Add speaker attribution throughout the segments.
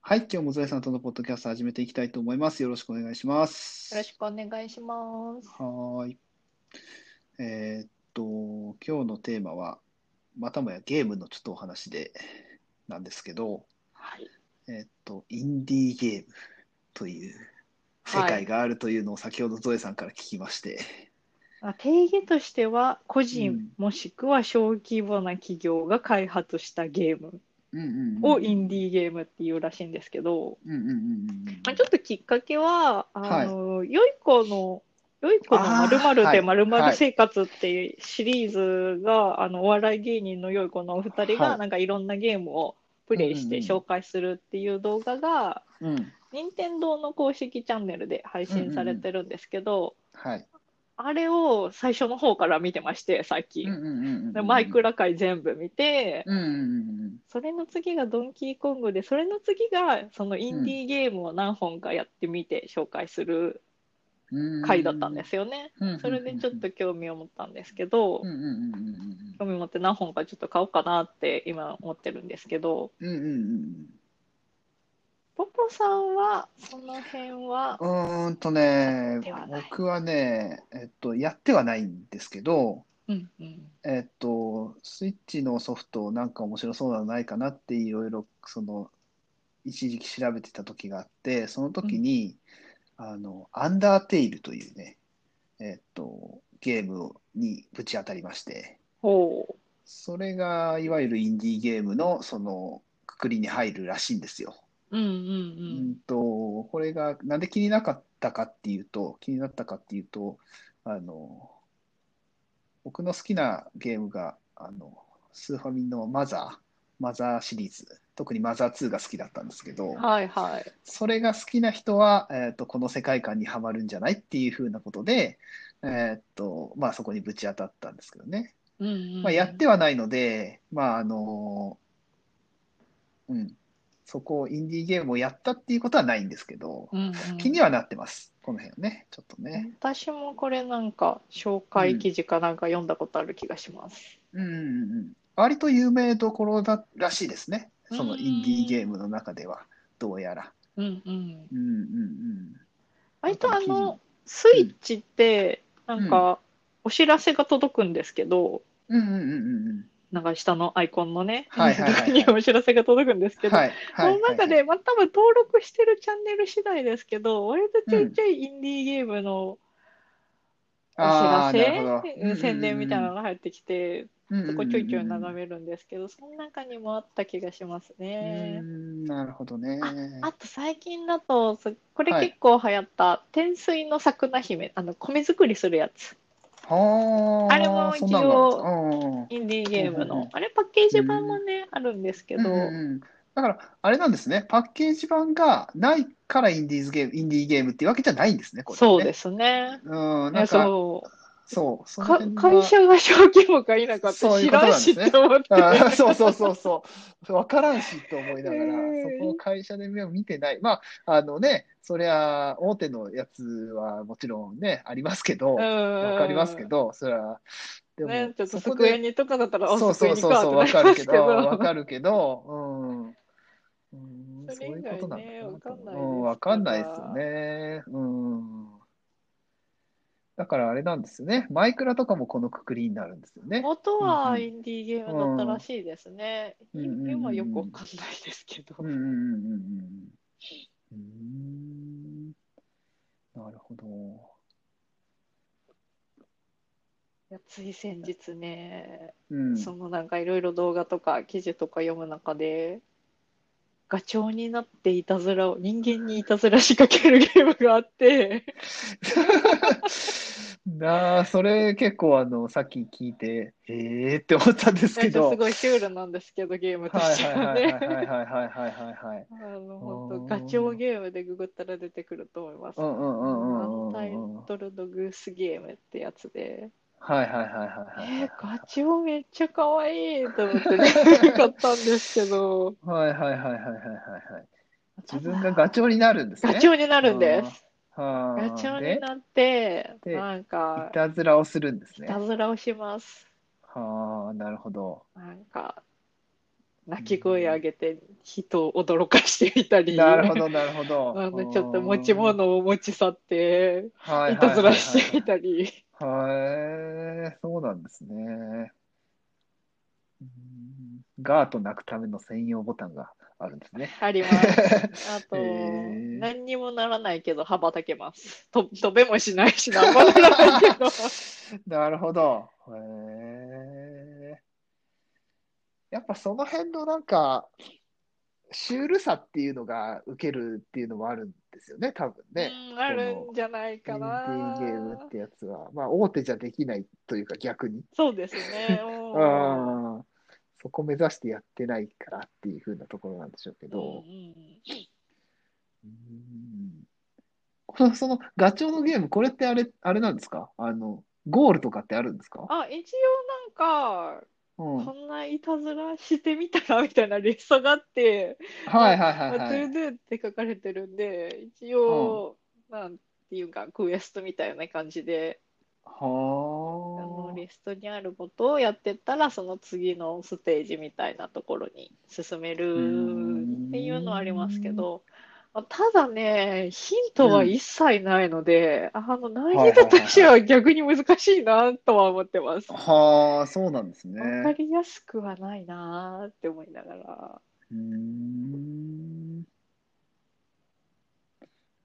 Speaker 1: はい、今日もゾエさんとのポッドキャスト始めていきたいと思います。よろしくお願いしま
Speaker 2: よろし
Speaker 1: す。
Speaker 2: くお願いします。
Speaker 1: はーい。えーっと、今日のテーマは、またもやゲームのちょっとお話で、なんですけど、
Speaker 2: はい。
Speaker 1: えーっと、インディーゲームという世
Speaker 2: は
Speaker 1: 界
Speaker 2: い。
Speaker 1: があるというのを先ほどゾエさんから聞きまして、
Speaker 2: あ定義としては、個
Speaker 1: う
Speaker 2: 人
Speaker 1: ん、
Speaker 2: もしくは小規模な企業が開発したゲーム
Speaker 1: うんうん
Speaker 2: をイン
Speaker 1: う
Speaker 2: デ
Speaker 1: ん
Speaker 2: ィーゲームっていうらしいんですけど、
Speaker 1: うん、うんうんうんうんう
Speaker 2: まあ、ちょ
Speaker 1: ん。
Speaker 2: っときっかけは、あ
Speaker 1: はい。
Speaker 2: の、良い子の、良い子の〇
Speaker 1: ああ、
Speaker 2: 〇
Speaker 1: は
Speaker 2: で
Speaker 1: い、
Speaker 2: 〇〇
Speaker 1: はい、
Speaker 2: 生活っていうシリーズが、あの、お笑い芸人の良い子のお二人
Speaker 1: は
Speaker 2: が、
Speaker 1: い。
Speaker 2: なんかいろんなゲームをプ
Speaker 1: うん
Speaker 2: レイ
Speaker 1: う
Speaker 2: して紹
Speaker 1: ん
Speaker 2: 介するっていう動画が、
Speaker 1: うん。うん、
Speaker 2: 任天堂の公式チャンネルで配
Speaker 1: うんうん
Speaker 2: 信さ
Speaker 1: う
Speaker 2: れ
Speaker 1: ん。
Speaker 2: てるんですけど、
Speaker 1: はい。
Speaker 2: あれを最初の方から見てまして、最
Speaker 1: うん
Speaker 2: 近。
Speaker 1: うんうんうん
Speaker 2: で
Speaker 1: う
Speaker 2: マイク
Speaker 1: ん
Speaker 2: ラ界全部見て、
Speaker 1: うん。うんうん
Speaker 2: それの次がドンキーコングで、それの次がそのイ
Speaker 1: う
Speaker 2: ンデ
Speaker 1: ん
Speaker 2: ィーゲームを何本かやってみて紹介する
Speaker 1: うん。う
Speaker 2: 回だったん
Speaker 1: ん。うー
Speaker 2: で
Speaker 1: ん
Speaker 2: すよね。
Speaker 1: ふんふ
Speaker 2: そ
Speaker 1: ん
Speaker 2: れ
Speaker 1: ふ
Speaker 2: で
Speaker 1: ん
Speaker 2: ちょ
Speaker 1: ふ
Speaker 2: っ
Speaker 1: ん
Speaker 2: と興味を持ったんですけ
Speaker 1: う
Speaker 2: ど、
Speaker 1: んうんうんうんうん
Speaker 2: 興味持って何本かちょっと買おうかなって今思ってるんですけど、
Speaker 1: うんうんうん
Speaker 2: ポポさんはその辺は
Speaker 1: うんうーんと
Speaker 2: や
Speaker 1: ね
Speaker 2: ってはない。
Speaker 1: 僕はねえっとやってはないんですけど
Speaker 2: うんうん。
Speaker 1: えっとスイッチのソフトなんか面白そうなのないかなっていろいろその一時期調べてた時があってその
Speaker 2: う
Speaker 1: 時
Speaker 2: ん。
Speaker 1: にあの「アンダーテイル」というねえっとゲームにぶち当たりまして
Speaker 2: ほう。
Speaker 1: それがいわゆるインディーゲームのそのくくりに入るらしいんですよ。
Speaker 2: うんうん
Speaker 1: う
Speaker 2: うんん。
Speaker 1: と、これがなんで気になかったかっていうと、気になったかっていうと、あの、僕の好きなゲームが、あの、スーファミのマザー、マザーシリーズ、特にマザー2が好きだったんですけど、
Speaker 2: はいはい。
Speaker 1: それが好きな人は、えっと、この世界観にはまるんじゃないっていうふうなことで、えっと、まあそこにぶち当たったんですけどね。
Speaker 2: うんう
Speaker 1: まあやっ
Speaker 2: ん
Speaker 1: てはないので、まああの、うん、そこをインディーゲームをやったっていうことはないんですけど、
Speaker 2: うん。うん
Speaker 1: 気
Speaker 2: う
Speaker 1: に
Speaker 2: ん。
Speaker 1: はなってます。この辺はね、ちょっとね。
Speaker 2: 私もこれなんか紹
Speaker 1: う
Speaker 2: 介
Speaker 1: ん。
Speaker 2: 記事かなんか読んだことある気がします。
Speaker 1: うんうんうん。割と有名どころだらしいですね。
Speaker 2: う
Speaker 1: そのインディーゲ
Speaker 2: ー
Speaker 1: ー
Speaker 2: ん。
Speaker 1: ムの中では、どうやら。
Speaker 2: うんう
Speaker 1: うんうん
Speaker 2: ん。
Speaker 1: うん。な
Speaker 2: 割
Speaker 1: んかね、
Speaker 2: とあ
Speaker 1: 記事に。
Speaker 2: の、ス
Speaker 1: う
Speaker 2: イッ
Speaker 1: ん。
Speaker 2: チってな
Speaker 1: うんん。
Speaker 2: かお知らせが届くんですけど、
Speaker 1: うんうんうんうんうん。
Speaker 2: なんか下のアイコンのね、
Speaker 1: はい
Speaker 2: と
Speaker 1: はい は
Speaker 2: か
Speaker 1: い
Speaker 2: に
Speaker 1: はい。
Speaker 2: お知らせが届くんですけど、
Speaker 1: はいは
Speaker 2: その
Speaker 1: いはい
Speaker 2: 中
Speaker 1: はい。
Speaker 2: で、まあ、多分登録してるチャンネル次第ですけど、割と
Speaker 1: う
Speaker 2: ちょい
Speaker 1: ん。
Speaker 2: ちょいインディーゲームのお知ら
Speaker 1: ああ、なるほ
Speaker 2: せ、
Speaker 1: ど。うん
Speaker 2: うん
Speaker 1: うん
Speaker 2: 宣伝みたいなの
Speaker 1: うん
Speaker 2: が入ってきて、
Speaker 1: うん。うん
Speaker 2: そうこちょい
Speaker 1: ん
Speaker 2: ちょ
Speaker 1: う
Speaker 2: い
Speaker 1: んう
Speaker 2: 眺
Speaker 1: ん
Speaker 2: めるんですけど、その中にもあった気がします
Speaker 1: うん。う
Speaker 2: ね。
Speaker 1: ん、なるほど
Speaker 2: あ、あ
Speaker 1: ね。
Speaker 2: と最近だと、そこれ
Speaker 1: は
Speaker 2: 結
Speaker 1: い。
Speaker 2: 構流行った、天水のさくな姫、あの、米作りするやつ。あれ
Speaker 1: はあ、
Speaker 2: も
Speaker 1: そん
Speaker 2: 一
Speaker 1: なのがあるんですか。
Speaker 2: 応、
Speaker 1: うん
Speaker 2: インディー
Speaker 1: うん
Speaker 2: ゲー
Speaker 1: う
Speaker 2: ム
Speaker 1: んう
Speaker 2: の、
Speaker 1: ん
Speaker 2: あれパッケー
Speaker 1: う
Speaker 2: ジ版
Speaker 1: ん。
Speaker 2: もね、あるんですけ
Speaker 1: うんう
Speaker 2: ど、
Speaker 1: んうん。だから、あれなんですね。パッケージ版がないからインディーズゲーム、インディーゲームっていうわけじゃないんですね、これは
Speaker 2: そうで
Speaker 1: ね。
Speaker 2: すね。
Speaker 1: うん、
Speaker 2: い
Speaker 1: なん
Speaker 2: や、
Speaker 1: か、
Speaker 2: そう。
Speaker 1: そう、その
Speaker 2: か、
Speaker 1: 辺
Speaker 2: 会
Speaker 1: が、
Speaker 2: 社が小規模か否かって
Speaker 1: そういう
Speaker 2: 知
Speaker 1: こ
Speaker 2: ら
Speaker 1: とな
Speaker 2: ん
Speaker 1: んで
Speaker 2: し
Speaker 1: す
Speaker 2: って
Speaker 1: ね。
Speaker 2: 思って。
Speaker 1: あー、そうそうそうそう。わからんしと思いながら、そこを
Speaker 2: う
Speaker 1: 会社で目を見てない。まあ、あのね、そりゃ、大手のやつはもちろんね、ありますけ
Speaker 2: ん。
Speaker 1: ど、わかります
Speaker 2: う
Speaker 1: け
Speaker 2: ん。
Speaker 1: ど、そりゃ、で
Speaker 2: ね、
Speaker 1: も、
Speaker 2: ちょっと
Speaker 1: そこ
Speaker 2: 机
Speaker 1: で、
Speaker 2: にとかだったら、あ、
Speaker 1: そう
Speaker 2: 机
Speaker 1: そう
Speaker 2: に
Speaker 1: そう
Speaker 2: かっ
Speaker 1: そ
Speaker 2: て
Speaker 1: う、わか
Speaker 2: なり
Speaker 1: る
Speaker 2: ま
Speaker 1: け
Speaker 2: すけ
Speaker 1: ど、わ
Speaker 2: ど。
Speaker 1: かるけど、うん。うん、
Speaker 2: そ
Speaker 1: そ
Speaker 2: れ
Speaker 1: う
Speaker 2: 以
Speaker 1: いうこと
Speaker 2: 外
Speaker 1: なんだ
Speaker 2: ね、わ
Speaker 1: な
Speaker 2: か
Speaker 1: と。
Speaker 2: ん
Speaker 1: う
Speaker 2: ない
Speaker 1: ん、
Speaker 2: で
Speaker 1: わ
Speaker 2: す
Speaker 1: か
Speaker 2: か
Speaker 1: んないですよ
Speaker 2: ら。
Speaker 1: ね。うん。だからあれなんですよね。マイクラとかもこのくくりになるんですよね。
Speaker 2: 元
Speaker 1: うんう
Speaker 2: はイ
Speaker 1: ん。
Speaker 2: ンディーゲー
Speaker 1: う
Speaker 2: ムだった
Speaker 1: ん。う
Speaker 2: ら
Speaker 1: ん
Speaker 2: しいですね。
Speaker 1: うんう
Speaker 2: い今よくわ
Speaker 1: ん
Speaker 2: かんないですけ
Speaker 1: うん。
Speaker 2: ど。
Speaker 1: うんうんうんうんうん。うーん。なるほど。
Speaker 2: いや、つい先日ね、
Speaker 1: う
Speaker 2: そ
Speaker 1: ん。
Speaker 2: のなんかいろいろ動画とか記事とか読む中で、ガチョウになっていたずらを、人間にいたずら仕掛けるゲームがあって、
Speaker 1: なあ、それ結構あの、さっき聞いて、ええって思ったんです
Speaker 2: ね、
Speaker 1: け
Speaker 2: ちょ
Speaker 1: ど、
Speaker 2: っ とすごいシュールなんですけど、ゲームと
Speaker 1: はい
Speaker 2: して
Speaker 1: はい
Speaker 2: は
Speaker 1: はい
Speaker 2: ね。
Speaker 1: はいはいはいはいはいはいはい。
Speaker 2: あの、
Speaker 1: う
Speaker 2: 本当ガチ
Speaker 1: ん
Speaker 2: ョウゲームでググったら出てくると思いま
Speaker 1: う
Speaker 2: す。
Speaker 1: んうんう
Speaker 2: あの、アン
Speaker 1: んう
Speaker 2: タイ
Speaker 1: んうんうん。
Speaker 2: トルドグースゲームってやつで、
Speaker 1: はいはいはいはいはい
Speaker 2: えー、ガ
Speaker 1: は
Speaker 2: チョウめっちゃ可愛いと思って ね、買ったんですけど、
Speaker 1: い。はいはいはいはいはいはいはい。
Speaker 2: た
Speaker 1: 自分がガチョウに
Speaker 2: だ、
Speaker 1: なるんです
Speaker 2: ガチョ
Speaker 1: ね。
Speaker 2: ウにな
Speaker 1: う
Speaker 2: るんで
Speaker 1: ん。
Speaker 2: す。ガチ
Speaker 1: は
Speaker 2: ョ
Speaker 1: あ。
Speaker 2: ウに
Speaker 1: で、
Speaker 2: なって、
Speaker 1: で、
Speaker 2: なん
Speaker 1: い
Speaker 2: か、
Speaker 1: たずらをするんです
Speaker 2: いた
Speaker 1: ね。
Speaker 2: ずらをします。
Speaker 1: はあ、なるほど。
Speaker 2: なんか、泣き声上げて人を驚かしてみたり、
Speaker 1: なるほど、なるほど。
Speaker 2: あのちょっと持ち物を持ち去って
Speaker 1: はいい
Speaker 2: たずらして
Speaker 1: て
Speaker 2: みたり
Speaker 1: はい、そうなんですね。うんガーと鳴くための専用ボタンがあるんですね。
Speaker 2: あ ります。あと、
Speaker 1: へー
Speaker 2: 何にもならないけど羽ばたけます。と飛べもしないし何もならないけど。
Speaker 1: なるほど。へえ。やっぱその辺のなんか、シュールさっていうのが受けるっていうのもあるんですよね、多分 ね。
Speaker 2: うん、あるんじゃない
Speaker 1: イン
Speaker 2: か
Speaker 1: ディ
Speaker 2: な
Speaker 1: ーゲームってやつは。まあ、大手じゃできないというか逆に。
Speaker 2: そうですね。うん
Speaker 1: うん。そこ目指してやってないからっていう風なところなんでしょうけ
Speaker 2: うん
Speaker 1: ど
Speaker 2: う。ん
Speaker 1: うんこの、その、ガチョウのゲーム、これってあれ、あれなんですかあの、ゴールとかってあるんですか
Speaker 2: あ一応なんか、
Speaker 1: うん。
Speaker 2: こんないたずらしてみたらみたいなリストがあって
Speaker 1: はいはいは
Speaker 2: 「ト
Speaker 1: いは
Speaker 2: ゥ
Speaker 1: い。
Speaker 2: ードゥ」って書かれてるんで一応、なんていうかクエストみたいな感じであの
Speaker 1: は
Speaker 2: リストにあることをやってったらその次のステージみたいなところに進め
Speaker 1: う
Speaker 2: る
Speaker 1: ーん
Speaker 2: っていうのはありますけど。まあただね、ヒントは一切ないので、あの難易度としては逆に難しいなとは思ってます
Speaker 1: あ。。はあ、そうなんですね。
Speaker 2: わかりやすくはないなーって思いながら。
Speaker 1: うーん。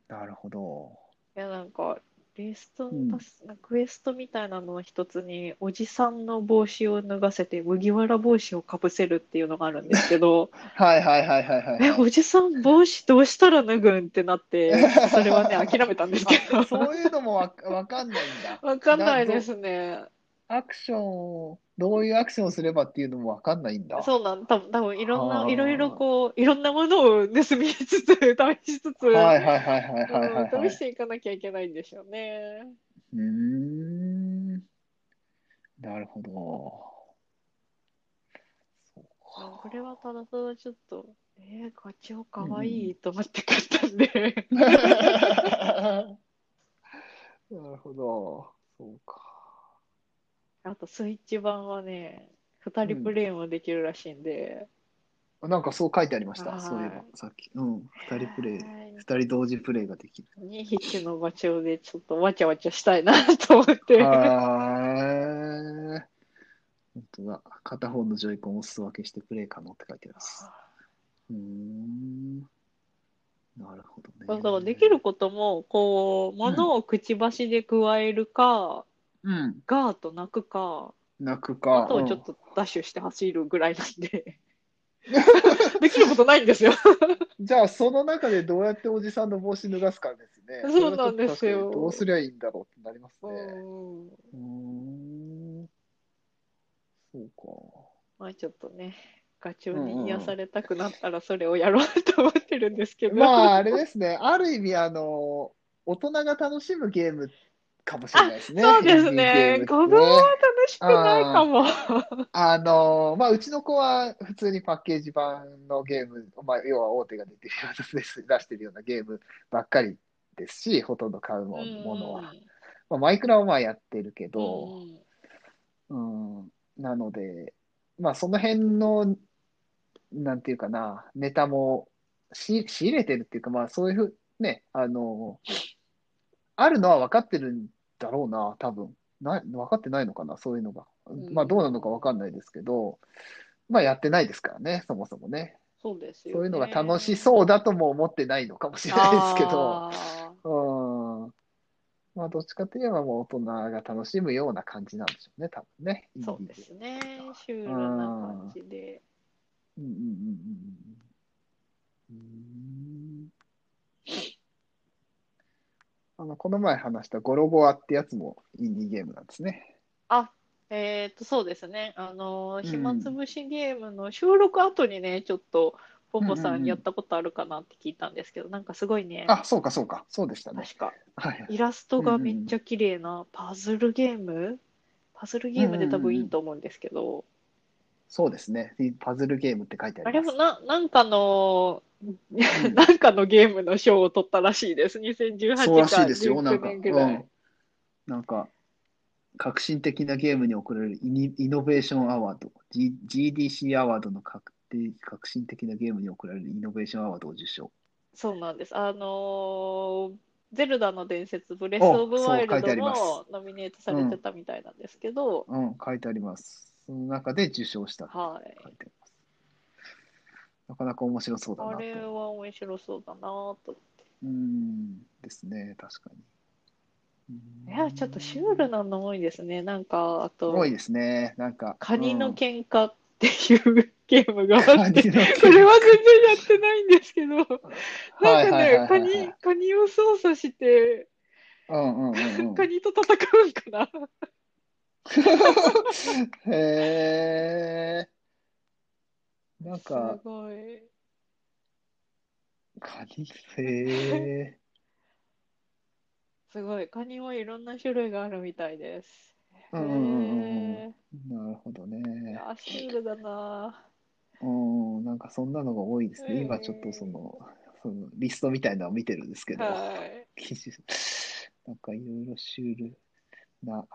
Speaker 1: なるほど。
Speaker 2: いや、なんか、リストのタス、クエストみたいなのの一つに、おじさんの帽子を脱がせて、麦わら帽子をかぶせるっていうのがあるんですけど、
Speaker 1: はいはいはいはいはい
Speaker 2: え、
Speaker 1: はい。
Speaker 2: おじさん帽子どうしたら脱ぐんってな って、それはね、諦めたんですけど
Speaker 1: あ、そういうのもわわかんないんだ。
Speaker 2: わかんないですね。
Speaker 1: アクションを、どういうアクションをすればっていうのもわかんないんだ。
Speaker 2: そうなん、多分多分いろん
Speaker 1: あ
Speaker 2: な、
Speaker 1: ー
Speaker 2: いろいろこう、いろんなものを盗みつつ、試しつつ、
Speaker 1: はいはいはいはいはいはい
Speaker 2: うん
Speaker 1: はい。
Speaker 2: 試していかなきゃいけないんでしょうね。
Speaker 1: うーん。なるほど。そう
Speaker 2: あ
Speaker 1: か
Speaker 2: これはただただちょっと、えー、ガチョウかわいいと思って買ったんで、
Speaker 1: なるほど。そうか。
Speaker 2: あとスイッチ版はね、2人プレイもできるらしいんで、
Speaker 1: なんかそう書いてありました。
Speaker 2: はい
Speaker 1: そういえば、さっき。うん。二人プレイ、
Speaker 2: はい
Speaker 1: 二人同時プレイができ る。
Speaker 2: 2匹のガチョウでちょっとわちゃわちゃしたいなと思って、
Speaker 1: はーい。本当だ。片方のジョイコンを素分けしてプレイ可能って書いてあります。うーん。なるほどね。
Speaker 2: そうそうできることも、こう、物をくちばしで加えるか、
Speaker 1: うん。
Speaker 2: ガーと鳴くか、
Speaker 1: 泣く
Speaker 2: あ
Speaker 1: か。
Speaker 2: とはちょ
Speaker 1: うん
Speaker 2: っとダッシュして走るぐらいなん で、できることないんですよ。
Speaker 1: じゃあ、その中でどうやっておじさんの帽子脱がすかですね。
Speaker 2: そうなんで
Speaker 1: そ
Speaker 2: すよ
Speaker 1: れはちょっと確かにどうすりゃいいんだろうってなります
Speaker 2: う
Speaker 1: ね。
Speaker 2: ん
Speaker 1: うーん。そう
Speaker 2: まあちょっとね、ガチョウに癒されたくなったらそれをやろうと思ってるんですけ
Speaker 1: か。
Speaker 2: ど、
Speaker 1: まあ、あれですね。ある意味、あの、大人が楽しむゲームかもしれないですね。
Speaker 2: そうです
Speaker 1: ヘン
Speaker 2: ね
Speaker 1: リー、ゲーム
Speaker 2: 子
Speaker 1: ってね
Speaker 2: 供は楽しくないかも。
Speaker 1: あの、まあ、うちの子は普通にパッケージ版のゲーム、まあ、要は大手が出てるような出してるようなゲームばっかりですし、ほとんど買うもものは。まあ、マイクラはまあやってるけど、
Speaker 2: うんうん
Speaker 1: うん、なので、まあ、その辺の、なんていうかな、ネタもし仕入れてるっていうか、まあ、そういうふう、ね、あの、あるのは分かってるんだろうな、多分。な、分かってないのかな、そういうのが。
Speaker 2: ん
Speaker 1: まあ、どうなのか分かんないですけど、まあ、やってないですからね、そもそもね。
Speaker 2: そうですよ
Speaker 1: そういうのが楽し
Speaker 2: う
Speaker 1: そうだとも思ってないのかもしれないですけど。うん。まあ、どっちかといえばもう大人が楽しむような感じなんでしょうね、多分ね。
Speaker 2: そうですね、シュールな感じで。
Speaker 1: うんうんうんうんうんうん。うーんあの、この前話したゴロボアってやつもインディーゲームなんですね。
Speaker 2: あえっと、そうですね、あの、
Speaker 1: うん
Speaker 2: 暇つぶしゲームの収録後にね、ちょっと、ポンポさ
Speaker 1: うんうん
Speaker 2: ん
Speaker 1: うん
Speaker 2: やったことあるかなって聞いたんですけど、なんかすごいね、
Speaker 1: あ、そうかそうか、そうでしたね。
Speaker 2: 確か。
Speaker 1: はい。
Speaker 2: イラストがめっちゃ綺麗なパズルゲームパズルゲームで多分いいと思うんですけど、
Speaker 1: そうですね。パズルゲームって書いてあ
Speaker 2: あ
Speaker 1: り
Speaker 2: れ
Speaker 1: ます。
Speaker 2: もな、なんかの、
Speaker 1: ん
Speaker 2: なんかのゲームの賞を取ったらしいです。2018
Speaker 1: そうら
Speaker 2: か
Speaker 1: しいですよ、なん
Speaker 2: 19
Speaker 1: か。う
Speaker 2: 年ぐらい
Speaker 1: ん。。なんか、革新的なゲームに贈られるイニイノベーションアワード、G、DDC アワードの確的革新的なゲームに贈られるイノベーションアワードを受賞。
Speaker 2: そうなんです。あのーゼルダの伝説、ブレス・オブ・ワイ
Speaker 1: そう書
Speaker 2: ル
Speaker 1: いてあ
Speaker 2: ド
Speaker 1: ります
Speaker 2: もノミネートされてたみたいなんですけど、
Speaker 1: うん、書いてあります。その中で受賞したって
Speaker 2: はい。
Speaker 1: 書いてあります。なかなか面白そうだな
Speaker 2: あ
Speaker 1: と。
Speaker 2: れは面白そうだなと。
Speaker 1: うんですね、確かに。
Speaker 2: い
Speaker 1: うん
Speaker 2: や、ちょっとシュールなの多いですね。なんか、あと
Speaker 1: 多い、ですね、なんか。
Speaker 2: カニの
Speaker 1: 毛、
Speaker 2: 喧嘩っていうゲームがあ
Speaker 1: カ
Speaker 2: っ
Speaker 1: ニ
Speaker 2: て、
Speaker 1: の
Speaker 2: それ
Speaker 1: 毛。
Speaker 2: は全然やってないんですけど、なん
Speaker 1: はい
Speaker 2: か
Speaker 1: はいはい
Speaker 2: ね、
Speaker 1: は
Speaker 2: カ
Speaker 1: いはい
Speaker 2: ニ、カニを操作して、
Speaker 1: うんうんうん
Speaker 2: カニと戦うんかな。
Speaker 1: うん。へえ。なんか
Speaker 2: す、ごい。
Speaker 1: カニ、へえ。
Speaker 2: すごい。カニはいろんな種類があるみたいです。
Speaker 1: うんうんうん
Speaker 2: へ
Speaker 1: うん。なるほど
Speaker 2: ーい
Speaker 1: ね。
Speaker 2: やシュールだな。
Speaker 1: うん、なんかそんなのが多いです
Speaker 2: うん
Speaker 1: ね。今ちょっとその、そのリストみたいなのを見てるんですけど、
Speaker 2: はい。
Speaker 1: 記事 なんかいろいろシュールな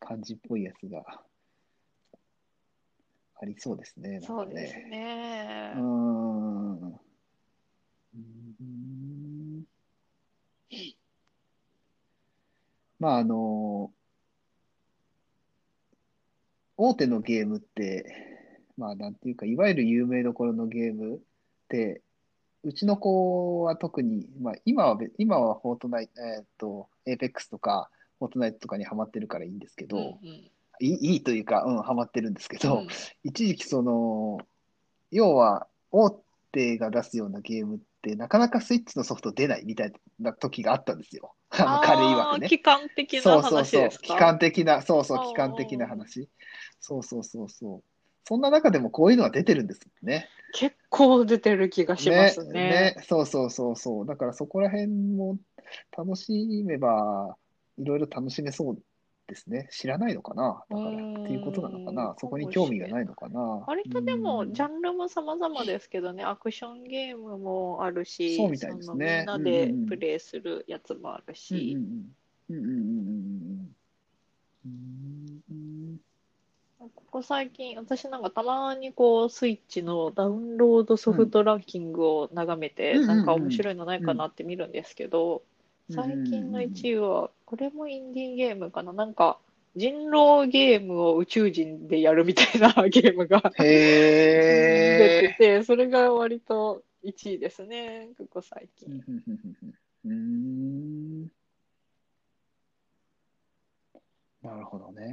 Speaker 1: 感じっぽいやつがありそうですね。なん
Speaker 2: そう
Speaker 1: か
Speaker 2: です
Speaker 1: ね。
Speaker 2: ね
Speaker 1: うー。ん。うーんまああの、大手のゲームって、まあなんていうか、いわゆる有名どころのゲームって、うちの子は特に、まあ今はべ、今はフォートナイト、えーっと、エーペックスとか、フォートナイトとかにハマってるからいいんですけど、
Speaker 2: んん
Speaker 1: いいいいというか、うん、ハマってるんですけど、
Speaker 2: ん
Speaker 1: 一時期その、要は大手が出すようなゲームってなかなかスイッチのソフト出ないみたいな時があったんですよ。あの軽いわ
Speaker 2: あ
Speaker 1: け
Speaker 2: ー
Speaker 1: ね。
Speaker 2: 期間的
Speaker 1: そ
Speaker 2: な
Speaker 1: うそう
Speaker 2: 話
Speaker 1: そう。
Speaker 2: です
Speaker 1: 機
Speaker 2: か
Speaker 1: 関的な、そうそう
Speaker 2: あ、ー
Speaker 1: 機関的な話。そうそうそうそう。そんな中でもこういうのは出てるんですもんね。
Speaker 2: 結構出てる気がしますね。
Speaker 1: ねそうそうそうそう。だからそこら辺も楽しめば、いろいろ楽しめそうですね。知らないのかなだから、
Speaker 2: う
Speaker 1: っ
Speaker 2: ーん
Speaker 1: ていうことなのかなそこに興味がないのかな
Speaker 2: 割とで
Speaker 1: う
Speaker 2: も、
Speaker 1: ん
Speaker 2: ジャンルも様々ですけどね、アクションゲームもあるし、
Speaker 1: そうみたいですね
Speaker 2: そのみんな
Speaker 1: うん
Speaker 2: で
Speaker 1: うんうん
Speaker 2: プレイするやつもある
Speaker 1: うん
Speaker 2: し、
Speaker 1: うんうんうんうんうんうん
Speaker 2: ここ最近、私なんかたまにこう、スイッチのダウンロードソフトランキングを眺めて、
Speaker 1: うん
Speaker 2: なんか面白いのないかなって見るんですけど、
Speaker 1: うんうんうん
Speaker 2: 最近の1位は、これもインディーゲームかな、なんか、人狼ゲームを宇宙人でやるみたいな ゲームが
Speaker 1: うん。
Speaker 2: 出て
Speaker 1: へえ。
Speaker 2: て、それが割と1位ですね、ここ最
Speaker 1: うん
Speaker 2: 近。
Speaker 1: うんうんうんなるほどね。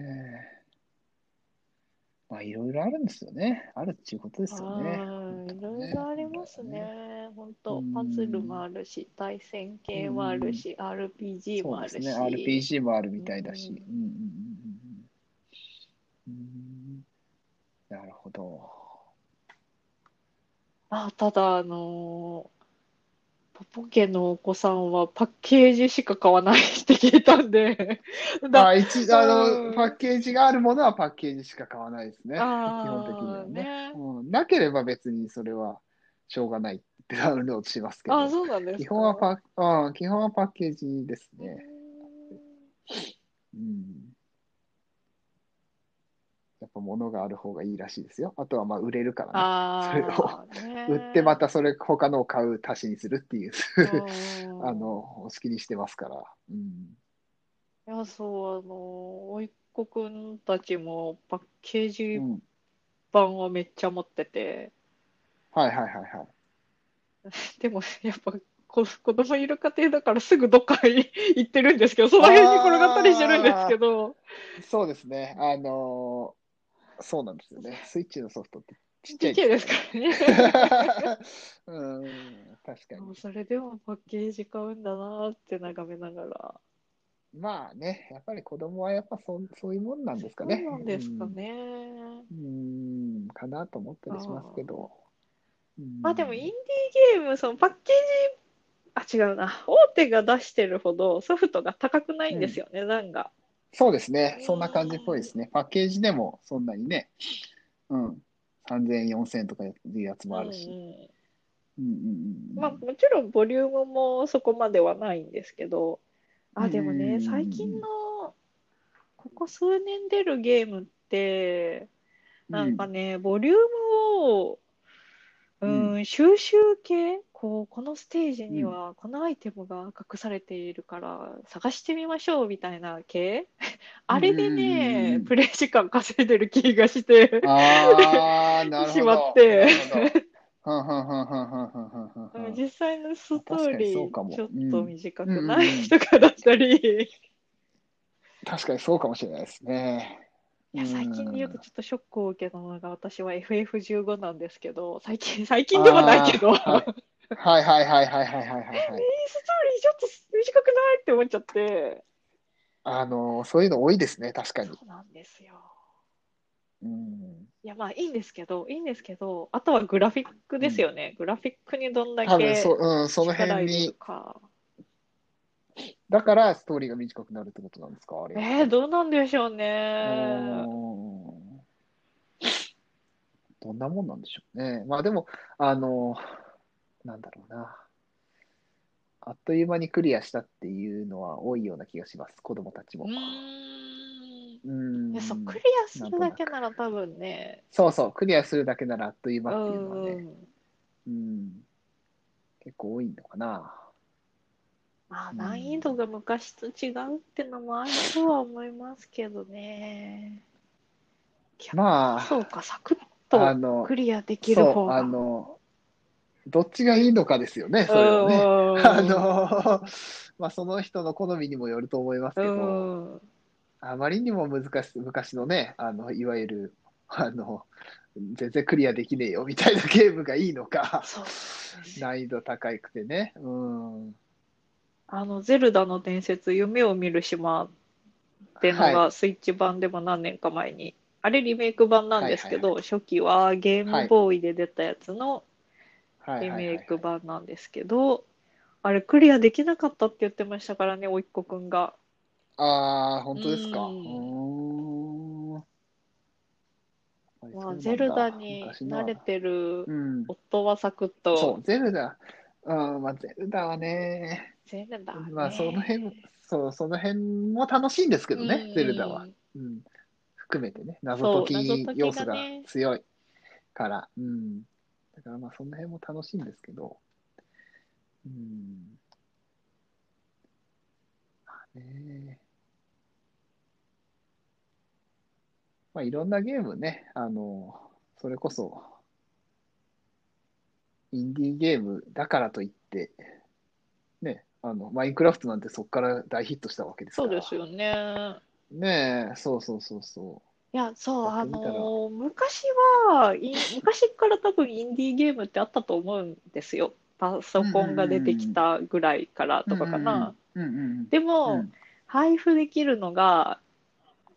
Speaker 1: まあいろいろあるんですよね。あるっていうことですよね。
Speaker 2: はいいろいろありますね。本当
Speaker 1: うん、
Speaker 2: パズルもあるし、対戦系もあるし、RPG
Speaker 1: そ
Speaker 2: も
Speaker 1: う
Speaker 2: あ
Speaker 1: です
Speaker 2: るし。
Speaker 1: ね。RPG もあるみたいだし。う
Speaker 2: う
Speaker 1: んんうんうんうんうんうん。なるほど。
Speaker 2: あ、ただ、あのーポポケのお子さんはパッケージしか買わないって聞いた んで、だ、
Speaker 1: あ、一、あ
Speaker 2: うん
Speaker 1: の、パッケージがあるものはパッケージしか買わないですね。基本的に
Speaker 2: あ
Speaker 1: は
Speaker 2: ー
Speaker 1: ね。
Speaker 2: ね。
Speaker 1: うん、なければ別にそれはしょうがないってダウンロードしますけ
Speaker 2: あ、
Speaker 1: ど、
Speaker 2: そうなんです
Speaker 1: 基本は
Speaker 2: か。
Speaker 1: パッ、うん、基本はパッケージです
Speaker 2: うー
Speaker 1: ね。
Speaker 2: ん
Speaker 1: うん。やっぱ物がある方がいいらしいですよ。あとはまあ売れるからね。
Speaker 2: あーね
Speaker 1: 売ってまたそれ他のを買う足しにするっていう、
Speaker 2: う ん
Speaker 1: あの、お好きにしてますから。うん。
Speaker 2: いや、そう、あのー、甥っ子くんたちもパッケー
Speaker 1: う
Speaker 2: ジ
Speaker 1: ん。
Speaker 2: 版をめっちゃ持ってて、
Speaker 1: はいはいはいはい。
Speaker 2: でもやっぱこ子供いる家庭だからすぐどっかに 行ってるんですけど、その辺に転がったりしてるんですけど、
Speaker 1: そうですね。あのーそうなんですよね。スイッチのソフトってちっちゃ
Speaker 2: ちっ
Speaker 1: い
Speaker 2: ちゃいですからね。
Speaker 1: す。 うん、確か
Speaker 2: でも
Speaker 1: に。
Speaker 2: それでもパッケージ買うんだなーって眺めながら。
Speaker 1: まあね、やっぱり子供はやっぱそそういうもんなんですかね。
Speaker 2: そうなんですかね。
Speaker 1: うん。うん、かなと思ったりしますけど。うん
Speaker 2: まあでもインディーゲーム、そのパッケージ、あ、違うな。大手が出してるほどソフトが高くないんですよね、なんか。
Speaker 1: そうですね。そんな感じっぽいですね。パッケージでもそんなにね、うん、3000円、4000円とかいうやつもある
Speaker 2: う
Speaker 1: し。
Speaker 2: んう
Speaker 1: う
Speaker 2: ん
Speaker 1: んうんうん。
Speaker 2: まあ、もちろんボリュームもそこまではないんですけど、あ、でも
Speaker 1: うんうんうんう
Speaker 2: ね、
Speaker 1: ん
Speaker 2: 最近の、ここ数年出るゲームって、なんかね、ボリュームをう
Speaker 1: うん
Speaker 2: ん、収集系こう、このステージにはこのアイテムが隠されているから探してみましょうみたいな系あれで
Speaker 1: うんうんうんう
Speaker 2: ね
Speaker 1: ん、
Speaker 2: プレイ時間稼いでる気がして、
Speaker 1: あー、なるほど。
Speaker 2: しまって
Speaker 1: なるほど。はんはんはんはんはんはんはんはんはん
Speaker 2: 実際のストーリ
Speaker 1: 確か
Speaker 2: ー
Speaker 1: に
Speaker 2: ち
Speaker 1: そ
Speaker 2: ょ
Speaker 1: う
Speaker 2: っ
Speaker 1: かもうん
Speaker 2: と短く
Speaker 1: うんう
Speaker 2: なんい人からしたり、
Speaker 1: 確かにそうかもしれないですね。
Speaker 2: いや
Speaker 1: うん
Speaker 2: 最近で言うとちょっとショックを受けたのが私は FF15 なんですけど、最近、最近ではないけど、
Speaker 1: あ
Speaker 2: スト
Speaker 1: ー
Speaker 2: ー
Speaker 1: はいはいはいはいはいはいはいはい。
Speaker 2: リーちょっと短くないって思っちゃって。
Speaker 1: あの、そういうの多いですね、確かに
Speaker 2: そ。うなんですよ。
Speaker 1: うん。
Speaker 2: いやまあいいんですけど、いいんですけど、あとはグラフィックですよね。グラフィックにどんだ
Speaker 1: 多分
Speaker 2: け
Speaker 1: そう、うん、その
Speaker 2: 力
Speaker 1: 辺
Speaker 2: 入れ
Speaker 1: に、
Speaker 2: るか。
Speaker 1: だからストーリーが短くなるってことなんですか、あれは。
Speaker 2: えー、どうなんでしょうね。
Speaker 1: うんどんなもんなんでしょうね。まあでも、あの、なんだろうな。あっという間にクリアしたっていうのは多いような気がします、子供たちも。
Speaker 2: うーん。
Speaker 1: うん
Speaker 2: いやそう、クリアするだけなら多分ね。
Speaker 1: そうそう、クリアするだけならあっという
Speaker 2: う
Speaker 1: 間っていうの
Speaker 2: ん
Speaker 1: は
Speaker 2: う
Speaker 1: ね、
Speaker 2: ん。
Speaker 1: うん、結構多いのかな。
Speaker 2: まあ
Speaker 1: うん
Speaker 2: 難易度が昔と違うってのもあるとは思いますけどね。
Speaker 1: まあ、
Speaker 2: そうか、サクッ
Speaker 1: あ
Speaker 2: と
Speaker 1: の
Speaker 2: ク、リアできる
Speaker 1: そ
Speaker 2: 方
Speaker 1: う、
Speaker 2: が。
Speaker 1: あの、どっちがいいのかですよね、それはね。
Speaker 2: うん
Speaker 1: あの、まあ、その人の好みにもよると思いますけど、
Speaker 2: うん。
Speaker 1: あまりにも難しい、昔のね、あの、いわゆる、あの、全然クリアできねえよみたいなゲームがいいの か、
Speaker 2: そうなんですよ
Speaker 1: 難易度高くてね、うん。
Speaker 2: あの、ゼルダの伝説、夢を見る島っての
Speaker 1: は
Speaker 2: がスイッチ版でも何年か前に、あれリメイク版なんですけど、初期はゲームボーイで出たやつの
Speaker 1: はいはい
Speaker 2: リ
Speaker 1: はい
Speaker 2: メ
Speaker 1: はい
Speaker 2: イク版なんですけど、あれクリアできなかったって言ってましたからね、おいっ子くんが。
Speaker 1: ああ、本当ですか。
Speaker 2: う
Speaker 1: うんーん。
Speaker 2: ま
Speaker 1: そうな
Speaker 2: あ、
Speaker 1: んだ
Speaker 2: ゼルダに
Speaker 1: 昔のは
Speaker 2: 慣れてる
Speaker 1: うん。
Speaker 2: 夫はサクッ
Speaker 1: そ
Speaker 2: と、
Speaker 1: う、ゼルダ。うん、まあ、ゼルダはね、
Speaker 2: ゼルダね
Speaker 1: まあ、その辺、そう、その辺も楽しいんですけどね、ゼルダは。。うん。含めてね、謎解
Speaker 2: そう謎
Speaker 1: き
Speaker 2: 解きがね
Speaker 1: 要素が強いから。うん。だからまあ、その辺も楽しいんですけど。うん。まあね。まあ、いろんなゲームね、あの、それこそ、インディーゲームだからといって、ね、あの、マインクラフトなんてそこから大ヒットしたわけですか
Speaker 2: そう
Speaker 1: ら。
Speaker 2: ですよね。
Speaker 1: ねえ、そうそうそうそ
Speaker 2: いや、そう、
Speaker 1: や
Speaker 2: あ
Speaker 1: ってみたら
Speaker 2: のー昔は、い 昔から多分インディーゲームってあったと思うんですよ。パソコンが出てきたぐらいから
Speaker 1: う。
Speaker 2: とかかな。
Speaker 1: うんうんうん。
Speaker 2: で
Speaker 1: うんう
Speaker 2: も
Speaker 1: ん、
Speaker 2: 配布できるのが
Speaker 1: あ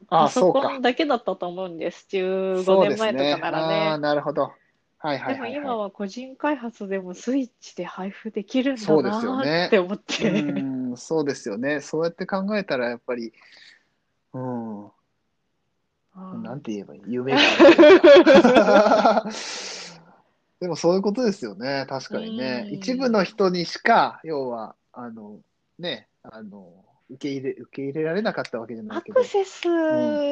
Speaker 2: パ
Speaker 1: あ、
Speaker 2: ソ
Speaker 1: そう
Speaker 2: コ
Speaker 1: か
Speaker 2: ン。だけだったと思うんです。15
Speaker 1: そうで
Speaker 2: 年
Speaker 1: す
Speaker 2: 前と
Speaker 1: ね。
Speaker 2: かなら
Speaker 1: ああ、
Speaker 2: ね。
Speaker 1: なるほど。はい
Speaker 2: で
Speaker 1: はい
Speaker 2: も
Speaker 1: はい、
Speaker 2: 今
Speaker 1: は
Speaker 2: は個人開発でもスイッチで配布できるんだ
Speaker 1: そうですよ
Speaker 2: な
Speaker 1: ね
Speaker 2: ーって思っ
Speaker 1: い。
Speaker 2: て。
Speaker 1: うん、そうですよね。そうやって考えたら、やっぱり、うん、
Speaker 2: うん
Speaker 1: なんて言えばいい夢があるという かでもそういうことですよね。確かにね。
Speaker 2: うん
Speaker 1: 一部の人にしか、要は、あの、ね、あの、受け入れ、受け入れられなかったわけじゃない
Speaker 2: ア
Speaker 1: けど
Speaker 2: ク。セス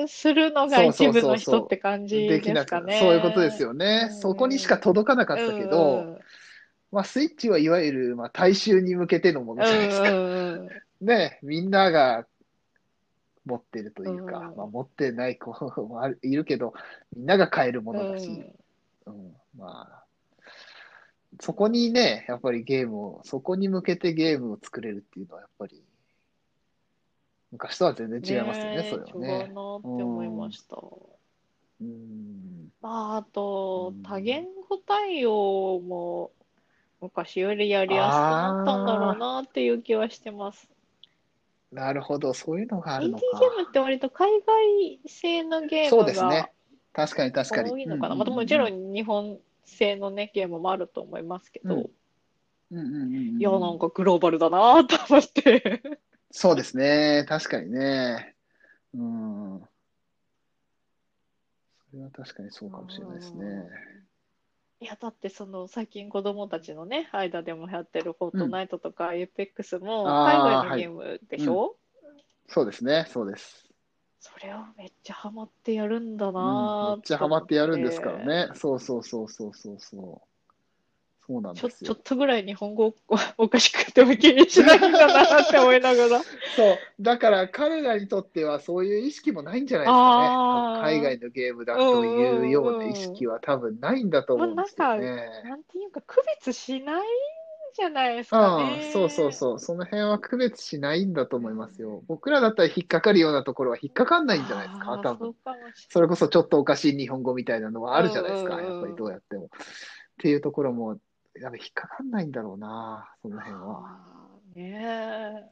Speaker 2: するのが一部の人って感じ
Speaker 1: でき
Speaker 2: で
Speaker 1: な
Speaker 2: すか
Speaker 1: く
Speaker 2: ね。
Speaker 1: そういうことですよね、
Speaker 2: うん
Speaker 1: そこにしか届かなかったけど、
Speaker 2: うんうん
Speaker 1: まあ、スイッチはいわゆる、まあ、大衆に向けてのものじゃないですか、
Speaker 2: うんうん
Speaker 1: ねみんなが持ってるというか、
Speaker 2: うん
Speaker 1: まあ、持ってない子もあるいるけどみんなが買えるも
Speaker 2: うん
Speaker 1: のだし、うんまあそこにねやっぱりゲームをそこに向けてゲームを作れるっていうのはやっぱり昔とは全然違いますよね
Speaker 2: え
Speaker 1: それは
Speaker 2: 違う
Speaker 1: ね。
Speaker 2: なって思いました。
Speaker 1: うん
Speaker 2: まあ、あと
Speaker 1: うん、
Speaker 2: 多言語対応も昔よりやりやすくなったんだろうなっていう気はしてます。
Speaker 1: なるほど、そういうのがあ
Speaker 2: イ
Speaker 1: る
Speaker 2: ン
Speaker 1: の
Speaker 2: ディ
Speaker 1: か。
Speaker 2: ーゲームって割と海外製のゲー
Speaker 1: そう
Speaker 2: ム
Speaker 1: です
Speaker 2: が
Speaker 1: ね。確かに確かに。
Speaker 2: 多いのかな。
Speaker 1: うん
Speaker 2: まあ、もちろ
Speaker 1: ん。
Speaker 2: ん日本製のね、ゲームもあると思いますけ
Speaker 1: うん
Speaker 2: ど、
Speaker 1: うんうんうんうん
Speaker 2: いや、なんかグローバルだなと思って。
Speaker 1: そうですね。確かにね。うん。それは確かにそうかもしれないですね。
Speaker 2: いや、だってその最近子供たちのね、間でも流行ってるフォートナイトとかエイペックスも
Speaker 1: あー
Speaker 2: 海外のゲームでしょ、
Speaker 1: そうですね。そうです。
Speaker 2: それをめっちゃハマってやるんだ
Speaker 1: うん、め
Speaker 2: な
Speaker 1: っちゃハマってやるんですからね。そうそうそうそうそうそそうなん
Speaker 2: ちょ
Speaker 1: で
Speaker 2: ち
Speaker 1: す
Speaker 2: ょ
Speaker 1: よ
Speaker 2: っ。とぐらい日本語おおかしくても気にしなきゃなって思いな がら。
Speaker 1: そう。だから彼らにとってはそういう意識もないんじゃないです
Speaker 2: あー
Speaker 1: かね。海外のゲームだというような意識は多分ないんだと思うんですよ
Speaker 2: ま
Speaker 1: ね。
Speaker 2: なんていうか、区別しないんじゃないですか
Speaker 1: ああ
Speaker 2: ね。、
Speaker 1: そうそうそう。その辺は区別しないんだと思いますよ。僕らだったら引っかかるようなところは引っかかんないんじゃないです
Speaker 2: あ
Speaker 1: か
Speaker 2: ー、
Speaker 1: 多
Speaker 2: そ
Speaker 1: 分
Speaker 2: う。かもし
Speaker 1: それこそちょっとおかしい日本語みたいなのはあるじゃないです
Speaker 2: う
Speaker 1: か、
Speaker 2: んうんうん
Speaker 1: やっぱりどうやっても。っていうところも、やっぱ引っかかんないんだろうな、その
Speaker 2: れない。
Speaker 1: 辺は。
Speaker 2: あーね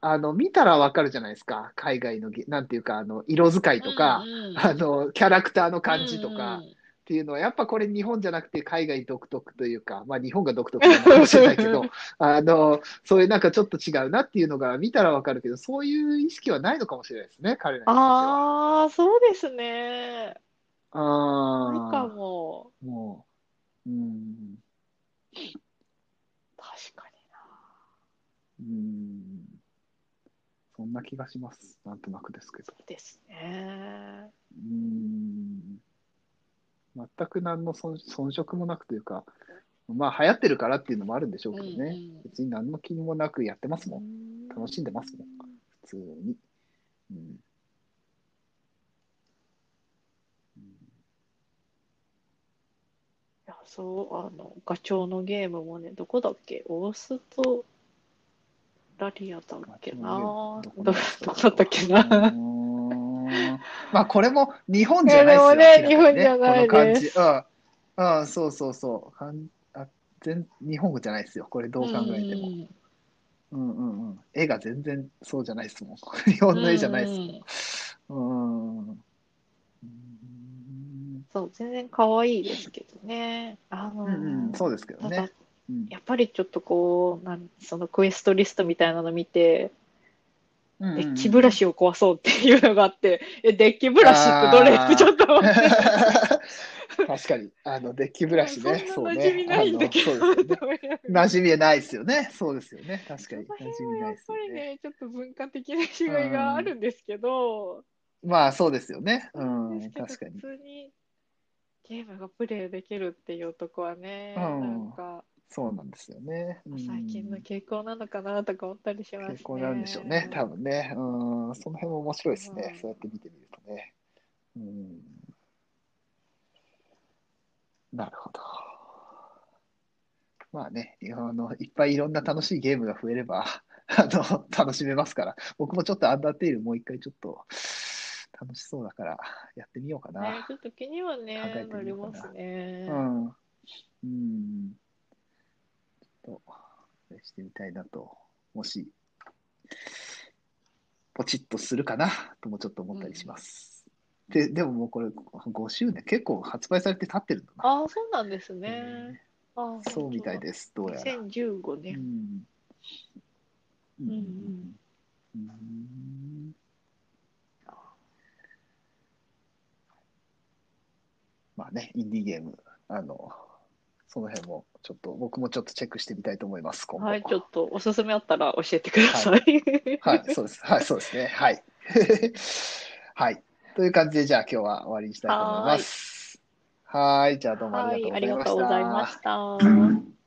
Speaker 1: あの、見たらわかるじゃないですか、海外のゲ、なんていうか、あの、色使
Speaker 2: え
Speaker 1: いとか
Speaker 2: う、んうん
Speaker 1: あの、キャラクターの感じとか
Speaker 2: うんう
Speaker 1: っ
Speaker 2: ん
Speaker 1: ていうのは、やっぱこれ日本じゃなくて海外独特というか、まあ日本が独特なのかもしれないけ ど、あの、そういうなんかちょっと違うなっていうのが見たらわかるけど、そういう意識はないのかもしれないですね、彼らにとっては。
Speaker 2: ああ、そうですね。
Speaker 1: あ
Speaker 2: な
Speaker 1: ー
Speaker 2: んかもう、
Speaker 1: もう、うん。
Speaker 2: 確かにな。
Speaker 1: うーんそんな気がします。なんとなくですけど
Speaker 2: そ。うですね。
Speaker 1: うーん。全く何の遜遜色もなくというか、まあ流行ってるからっていうのもあるんでしょうけどね。別に何の気もなくやってますもん。
Speaker 2: ん
Speaker 1: 楽しんでますもん普通に。うん。うん
Speaker 2: いや、そう、あの、ガチョウのゲームもね、どこだっけオーストラリアだっ
Speaker 1: ガチ
Speaker 2: けな
Speaker 1: ョウの
Speaker 2: ど、ど
Speaker 1: ゲームど
Speaker 2: こ
Speaker 1: こだっ
Speaker 2: だっ
Speaker 1: たた
Speaker 2: っ
Speaker 1: っ
Speaker 2: け
Speaker 1: う
Speaker 2: な
Speaker 1: ーんまあこれも日本じゃない
Speaker 2: いや
Speaker 1: です
Speaker 2: で
Speaker 1: よ。
Speaker 2: もね
Speaker 1: 明らかにね
Speaker 2: 日本じ
Speaker 1: この感じ。うん。うん、そうそうそう。かんあ全日本語じゃないですよ。これどう考えても。
Speaker 2: も。
Speaker 1: うんうんうん。絵が全然そうじゃないですもん。日本の絵じゃないですもん。うん。うん
Speaker 2: そう、全然可愛いですけどね。あの、
Speaker 1: うんうん、そうですけど
Speaker 2: ただ
Speaker 1: ね。うん
Speaker 2: やっぱりちょっとこう、なん、そのクエストリストみたいなの見て、
Speaker 1: うん
Speaker 2: デ
Speaker 1: うん
Speaker 2: ッキブラシを壊そうっていうのがあって、え、デッキブラシってどれ
Speaker 1: あー
Speaker 2: ちょっと待って、
Speaker 1: 確かに、あの、デッキブラシね。
Speaker 2: そん
Speaker 1: そう
Speaker 2: な馴
Speaker 1: ね
Speaker 2: 染みないんだけ
Speaker 1: あ
Speaker 2: ど、
Speaker 1: のそうですよね
Speaker 2: と思いながら
Speaker 1: 馴染みはないですよね。そうですよね。確かに。
Speaker 2: その
Speaker 1: 馴染
Speaker 2: 辺
Speaker 1: み
Speaker 2: は
Speaker 1: ない
Speaker 2: やっ
Speaker 1: です
Speaker 2: ぱ
Speaker 1: よ
Speaker 2: り
Speaker 1: ね。
Speaker 2: ね、ちょっと文化的な違いがあるんですけど、
Speaker 1: まあ、そうですよね。う
Speaker 2: なん
Speaker 1: ん、
Speaker 2: です
Speaker 1: 確
Speaker 2: け
Speaker 1: か
Speaker 2: ど、
Speaker 1: に
Speaker 2: 普。通にゲームがプレイできるっていうとこはね、
Speaker 1: うん
Speaker 2: なんか、
Speaker 1: そうなんですよね。うん
Speaker 2: 最近の傾向なのかなとか思ったりしますね。
Speaker 1: 傾向なんでしょうね。多分ね。うん、その辺も面白いですね
Speaker 2: う。ん
Speaker 1: そうやって見てみるとね。うん。なるほど。まあね、あの、いっぱいいろんな楽しいゲームが増えれば、 あの、楽しめますから。僕もちょっとアンダーテイルもう一回ちょっと、楽しそうだから、やってみようかな。
Speaker 2: ね、ちょっと気には
Speaker 1: 考え
Speaker 2: ね、
Speaker 1: て
Speaker 2: な
Speaker 1: み
Speaker 2: り
Speaker 1: ようか
Speaker 2: ま
Speaker 1: な
Speaker 2: すね。
Speaker 1: うん。うん。ちょっと、してみたいなと、もし、ポチッとするかなともちょっと思ったりします。で、でももうこれ5周年、結構発売されて経ってるんだな。
Speaker 2: ああ、そうなんですね。あ
Speaker 1: うんそうみたい
Speaker 2: で。
Speaker 1: です、どうやら。
Speaker 2: 2015
Speaker 1: う
Speaker 2: 年。
Speaker 1: ん。うんん。うんまあね、インディーゲーム、あの、その辺も、ちょっと、僕もちょっとチェックしてみたいと思います、今後。
Speaker 2: はい、ちょっとおすすめあったら教えてください。
Speaker 1: はい、そうです。はい、そうですね。はい。 はい。という感じで、じゃあ今日は終わりにしたいと思います。はーい。じゃあどうもあ
Speaker 2: は
Speaker 1: り
Speaker 2: い、
Speaker 1: が
Speaker 2: あ
Speaker 1: と
Speaker 2: り
Speaker 1: う
Speaker 2: が
Speaker 1: ございました。
Speaker 2: とうございました。